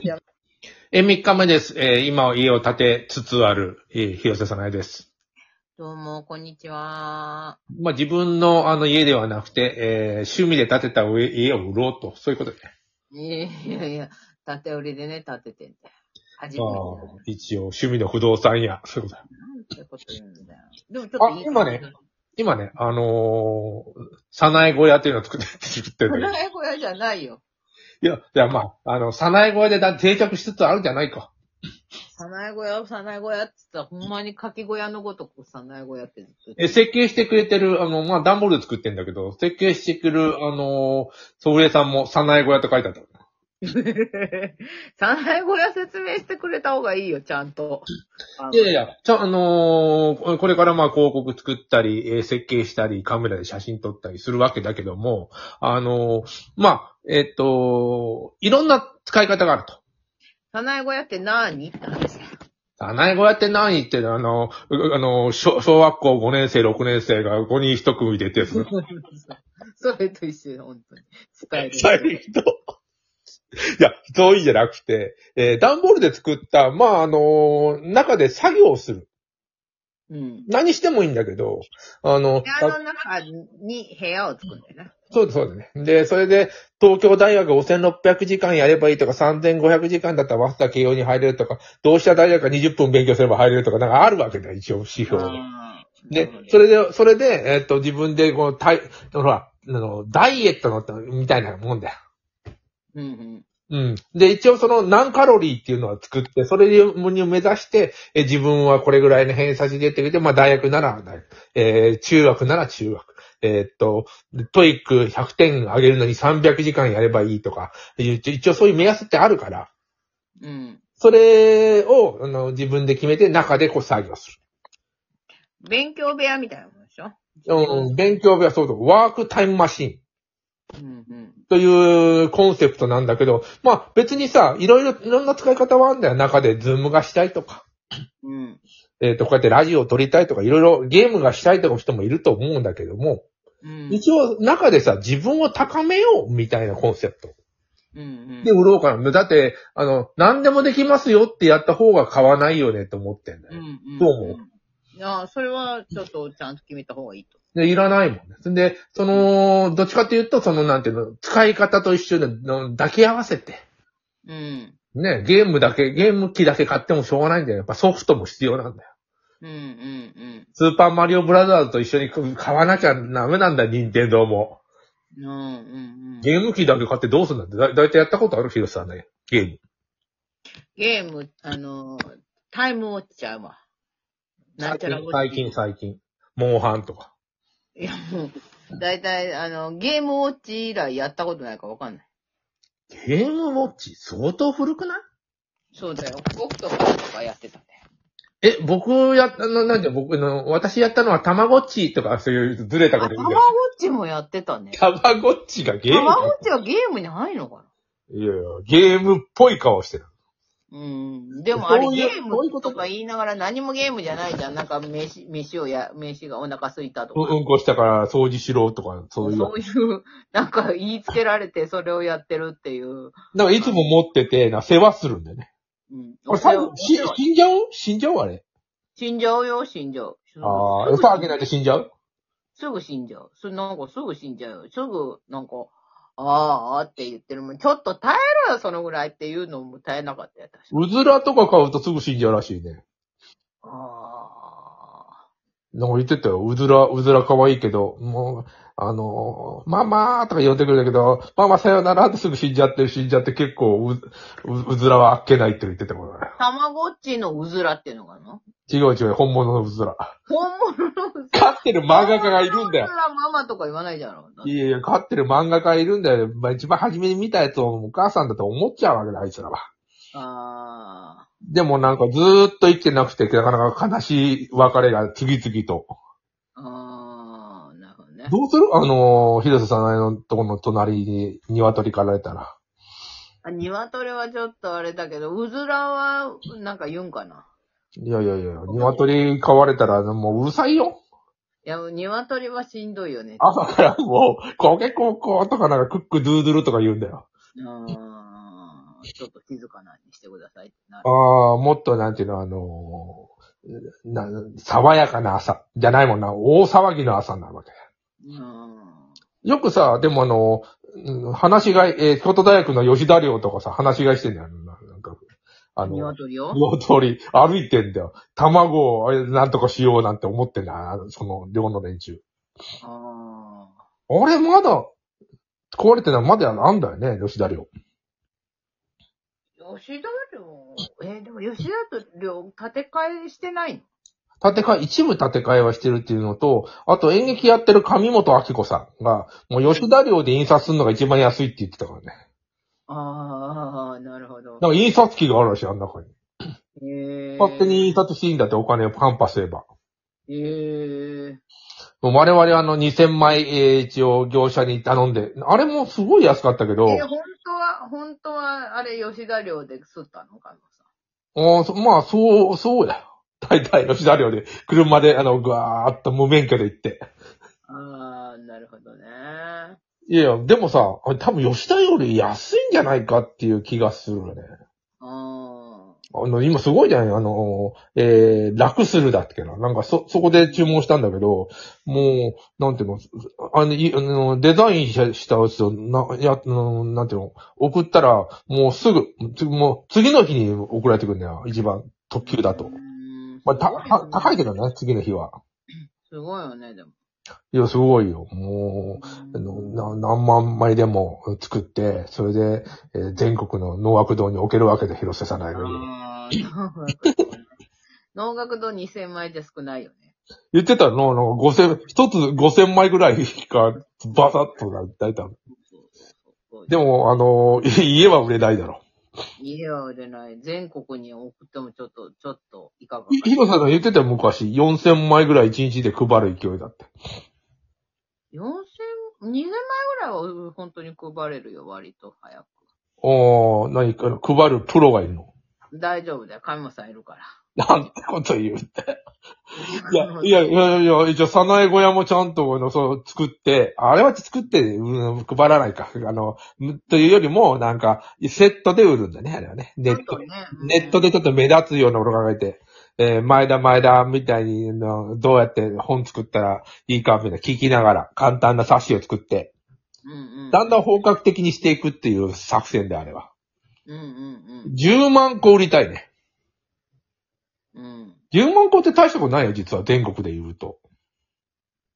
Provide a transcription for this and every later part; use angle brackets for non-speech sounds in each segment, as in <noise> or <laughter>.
えー、3日目です。えー今家を建てつつある、えー広瀬さないです。どうも、こんにちは。まあ、自分のあの家ではなくて、えー趣味で建てた上家を売ろうと、そういうことでね。いやいやいや、建て売りでね、建ててんだよ。初めてまあだよ。一応趣味の不動産屋、そういうことだなんてこと言うんだよ。でもちょっといあい今ね今ね、あのー、さない小屋というのを作って、作って <laughs> るんだけど古い小屋じゃないよ。いや、いや、まあ、あの、さない小屋でだ定着しつつあるじゃないか。さない小屋、さない小屋って言ったら、ほんまに柿小屋のごとくさない小屋ってずっとえ、言っ設計してくれてる、あの、まあ、段ボールで作ってんだけど、設計してくる、あのー、祖父江さんもさない小屋と書いてあった。 <laughs> て。さない小屋説明してくれた方がいいよ、ちゃんと。あのいやいや、ちょ、あのーこれからまあ広告作ったり、えー設計したり、カメラで写真撮ったりするわけだけども、あのーまあ、えっと、いろんな使い方があると。さない小屋って何って話だよ。あ、何こうやって何言ってんのあの、うあの、小小学校5年生、6年生が5人1組でってやつ。それと一緒よ、本当に。伝える。最人。いや、人多いじゃなくて、えー段ボールで作った、まあ、あのー中で作業をする。うん。何してもいいんだけど、あの部、屋の中に部屋を作るんだよな。そうです、そうですね。で、それで、東京大学5600時間やればいいとか、3500時間だったら早稲田慶応に入れるとか、同志社大学が20分勉強すれば入れるとか、なんかあるわけだよ、一応指標が。あーでなるほ、どそれで、それで、えっと、自分で、こう、たい、ほら、あの、ダイエットの、みたいなもんだよ。うんうん。うん。で、一応その何カロリーっていうのは作って、それに目指して、え自分はこれぐらいの偏差値でって言って、まあ大学なら大学、えー中学なら中学。えーっと、トイック100点上げるのに300時間やればいいとか、いう一応そういう目安ってあるから、うん。それをあの自分で決めて中でこう作業す勉強部屋みたいなもんでしょる。うん、勉強部はそうと、ワークタイムマシン。うんうん。というコンセプトなんだけど、まあ別にさ、いろいろ、いろんな使い方はあるんだよ。中でズームがしたいとか。うん。えっ、と、こうやってラジオを撮りたいとか、いろいろゲームがしたいとか人もいると思うんだけども、うん。一応中でさ、自分を高めようみたいなコンセプト。うんうんで、。売ろうかな。だって、あの、何でもできますよってやった方が買わないよねと思ってんだうよ。んうん。どう思いや、それはちょっとちゃんと決めた方がいいと。で、いらないもんね。で、その、どっちかっていうと、その、なんていうの、使い方と一緒で、の抱き合わせて。うん。ね、ゲームだけ、ゲーム機だけ買ってもしょうがないんだよ。やっぱソフトも必要なんだよ。うんうんスーパーマリオブラザーズと一緒に買わなきゃダメなんだ、任天堂も。うん。うんうんうん。ゲーム機だけ買ってどうすんだって、だ、だいたいやったことあるヒロさんね。ゲーム。ゲーム、あの、タイムウォッチャーは。なん最ちゃら近ウォ、ッ最チャー近、最近。モンハンとか。いや、もう、だいたい、あの、ゲームウォッチ以来やったことないからわかんない。ゲームウォッチ相当古くないそうだよ。僕とかとかやってたんだよ。え、僕やった、な、なんで僕の、私やったのはたまごっちとかそういうずれたあ、こたとま言うごんっだよ。ちもやってたね。たまごっちがゲーたムまごっちはゲームに入るのかないやいや、ゲームっぽい顔してる。うん。でもあれそういゲうーそういうこムととか言いながら何もゲームじゃないじゃん。なんか飯、飯をや、飯がお腹空いたとうか。んこしたから掃除しろとか、そういう。そういう、なんか言いつけられてそれをやってるっていう。なんかいつも持ってて、な、世話するんだよね。うん。あれ、最後、し面白い死んじゃう死んじゃうあれ。死んじゃうよ、死んじゃう。すぐああ、餌あげないと死んじゃうすぐ死んじゃう。すなんかすぐ死んじゃうよ。すぐ、なんか、あーあーって言ってるもん。ちょっと耐えろよ、そのぐらいっていうのも耐えなかったよ、確かうずらとか買うとすぐ死んじゃうらしいね。あなんか言ってたよ。うずら、うずら可愛いけど、もう、あのー、ママーとか呼んでくるんだけど、ママさよならってすぐ死んじゃってる、死んじゃって結構う、ううずらはあっけないって言ってたもんね。あ。たまごっちのうずらっていうのかな違う違う、本物のうずら。本物のうずら飼ってる漫画家がいるんだそよ。らママとか言わないじゃん。いやいや、飼ってる漫画家がいるんだよ。まあ、一番初めに見たやつをお母さんだと思っちゃうわけだ、あいつらは。あでもなんかずーっと生きてなくて、なかなか悲しい別れが次々と。あ、ああ、なるほどね。どうするあのー、広瀬さんのとこの隣に鶏かられたら。あ、鶏はちょっとあれだけど、うずらは、なんか言うんかな。いやいやいや、鶏飼われたらもううるさいよ。いや、鶏はしんどいよね。朝からもう、コケコーコーとかなんかクックドゥードゥルとか言うんだよ。あちょっと静かなにしてくださいってなる。ああ、もっとなんていうの、あのーな、爽やかな朝、じゃないもんな、大騒ぎの朝になるわけ。うん。よくさ、でもあの、うん話し飼い、えー京都大学の吉田寮とかさ、話し飼いしてんだよ。ななんか、あの、鶏を鶏、歩いてんだよ。卵を、あれなんとかしようなんて思ってんだよあのその、寮の連中。ああ。あれ、まだ、壊れてない、まだあんだよね、吉田寮。吉田寮、えーでも吉田寮建て替えしてないの建て替え、一部建て替えはしてるっていうのと、あと演劇やってる上本明子さんが、もう吉田寮で印刷するのが一番安いって言ってたからね。ああ、なるほなど。んか印刷機があるらしい、あん中に。ええ。勝手に印刷していいんだって、お金をパンパすれば。ええ。もう我々あの2000枚、えー一応業者に頼んで、あれもすごい安かったけど、え、本当は、本当は、あれ、吉田寮で吸ったのかなさん。うんそまあそう、そうだよ。大体吉田寮で、車であの、ぐわーっと無免許で行って。ああ、なるほどね。いや、でもさ、あれ多分吉田より安いんじゃないかっていう気がするよね。ああの、今すごいじゃないあの、えー、楽するだっけな。なんかそ、そこで注文したんだけど、もう、なんていうの、あの、いあのデザインしたしたやつを、な、や、あのなんていうの、送ったら、もうすぐ、つもう次の日に送られてくるんだよ。一番特急だうとー。んまあ、た、た高いけど。どね、次の日は。すごいよね、でも。いや、すごいよ。もう、あの、な何万枚でも作って、それで、えー全国の農学堂に置けるわけで、広瀬さないのに。あー農学堂ね農学堂2000枚じゃ少ないよね。言ってたの、なんか五千、一つ五千枚ぐらいか、バサッとだ、だいたい。そうそうそうで、も、あの、い家は売れないだろ家は売れない。全国に送ってもちょっと、ちょっと、いかがかう。ひろさんが言ってたよ、昔。四千枚ぐらい一日で配る勢いだって。 4000、2000枚ぐらいはうん本当に配れるよ、割と早く。おー、何か、配るプロがいるの。大丈夫だよ、神本さんいるから。なんてこと言うって。いや、いや、いや、いや、一応、さなえ小屋もちゃんと、あの、そう、作って、あれは作って、うん、配らないか。あの、というよりも、なんか、セットで売るんだね、あれはね。ネットで。ネットで。でちょっと目立つようなこと考えて、えー前田前田みたいにあの、どうやって本作ったらいいかみたいな聞きながら、簡単な冊子を作って、うんうん。だんだん本格的にしていくっていう作戦であれは。うんうん10万個売りたいね。うん。うん。 10万個って大したことないよ、実は全国で言うと。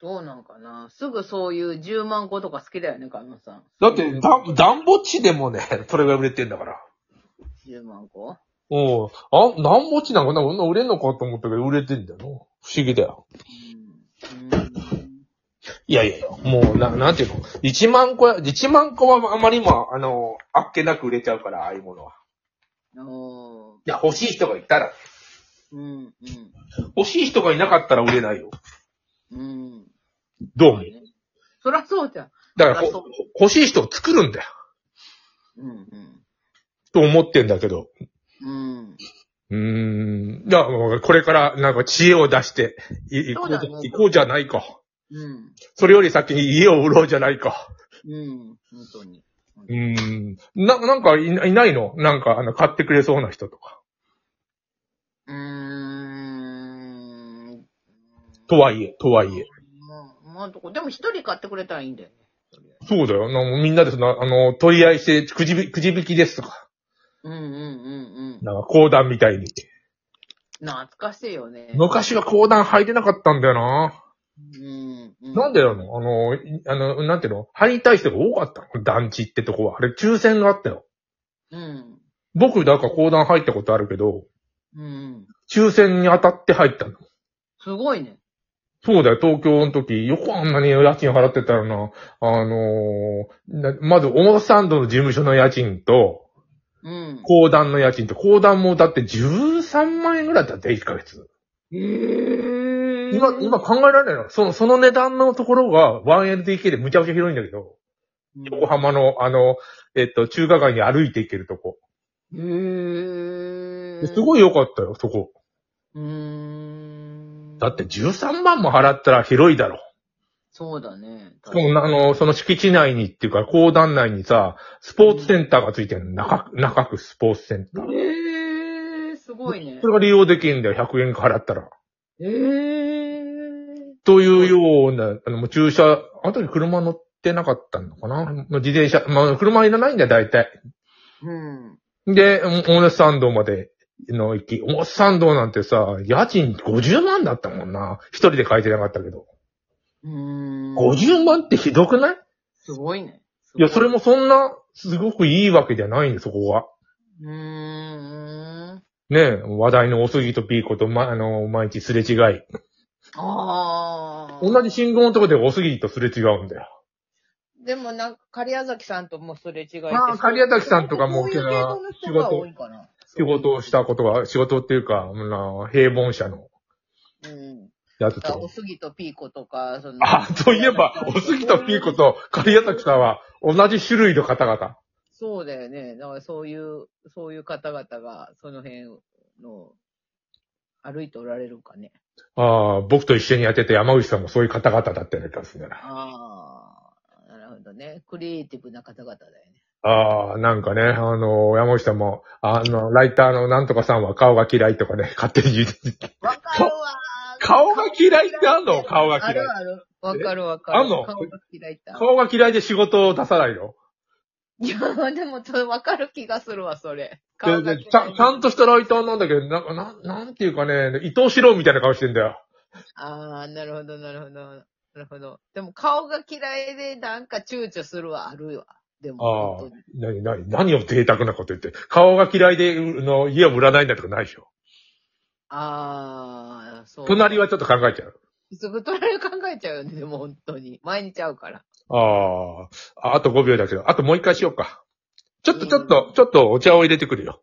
どうなんかなすぐそういう10万個とか好きだよね、神野さん。だって、だ、暖房地でもね、それが売れてんだから。 10万個おうあ、暖房地なんかな、こんな売れんのかと思ったけど、売れてんだよな。不思議だよ。うん。うんいやいやいや、もう、な、なんていうの ?1 万個や、1万個はあまりにも、あの、あっけなく売れちゃうから、ああいうものは。おーいや、欲しい人がいたら。うんうん。欲しい人がいなかったら売れないよ。うん。どうも。そらそうじゃん。だからそうほ、欲しい人を作るんだよ。うんと思ってんだけど。うん。ううん。ーん。いや、もうこれから、なんか知恵を出して、い、いこそううじゃだねいこうじゃないか。うん。それより先に家を売ろうじゃないか。うん。本当に。本う当にーん。な、なんかいないないのなんか、あの、買ってくれそうな人とか。うーん。とはいえ、とはいえ。まあ、まあどこ、でも一人買ってくれたらいいんだよね。とりあえそうだよ。なもうみんなでその、あの、問い合いして、くじび、くじ引きですとか。ずうんうんうんうん。なんか、講談みたいに。懐かしいよね。昔は講談履いてなかったんだよな。うん、うん。なんでよのあの、いあの、なんていうの入りたい人が多かったの団地ってとこは。あれ、抽選があったよ。うん。僕、なんか講談入ったことあるけど、うん。抽選に当たって入ったの。すごいね。そうだよ、東京の時、よくあんなに家賃払ってたらな、あのーなまず、表参道の事務所の家賃と、うん。講談の家賃と、講談もだって13万円ぐらいだって、1ヶ月。へえ今、今、考えられないの。その、その値段のところが 1LDK でむちゃくちゃ広いんだけど、横浜の、あの、えっと、中華街に歩いて行けるとこ。へえすごい良かったよ、そこ。うーん。だって13万も払ったら広いだろ。そうだね。しかも、あの、その敷地内にっていうか、公団内にさ、スポーツセンターがついてるの。中、中区スポーツセンター。ええー、すごいねそ。れが利用できるんだよ、100円か払ったら。ええー。というような、あの、もう駐車、あとに車乗ってなかったのかなまあ自転車、まあ、車いらないんだよ、大体。うん。で、お大根参道までの行き、大根参道なんてさ、家賃50万だったもんな。一人で書いてなかったけど。うーん。 50万ってひどくないすごいね。いや、それもそんな、すごくいいわけじゃないんです、そこは。うーん。ねえ、話題のおすぎとピーコと、ま、あの、毎日すれ違い。ああ。同じ信号のとこでおすぎとすれ違うんだよ。でもなんか、狩矢崎さんともすれ違いあー狩矢崎さんとかもそういう系統の人が多いかな。仕事をしたことが、仕事っていうか、うんな平凡者のうん。やつだからおと。すぎとピーコとか、その。あ、といえば、おすぎとピーコと狩矢崎さんは同じ種類の方々。そうだよね。だからそういう、そういう方々が、その辺の、歩いておられるかね。ああ、僕と一緒にやってて山口さんもそういう方々だったような気がするな。ああ、なるほどね。クリエイティブな方々だよね。ああ、なんかね、あの、山口さんも、あの、ライターのなんとかさんは顔が嫌いとかね、勝手に言って、わかるわー顔が嫌いってあんの顔があ嫌いる。ある。わかるわかる。あんの顔が嫌いってある。顔が嫌いで仕事を出さないの。いや、でも、ちょっとわかる気がするわ、それ。で顔がで嫌いちゃんちゃんとしたライターなんだけど、なんか、なん、なんていうかね、伊藤四郎みたいな顔してんだよ。ああ、なるほど、なるほど。なるほど。でも、顔が嫌いで、なんか躊躇するはあるわ。でも、ああ本当になになに、何を贅沢なこと言って。顔が嫌いで、うの、家を売らないんだとかないでしょ。ああ、そう。隣はちょっと考えちゃう。すぐ隣を考えちゃうよね、でも本当に。毎日会うから。ああ、あと5秒だけど、あともう一回しようか。ちょっとうんちょっと、ちょっとお茶を入れてくるよ。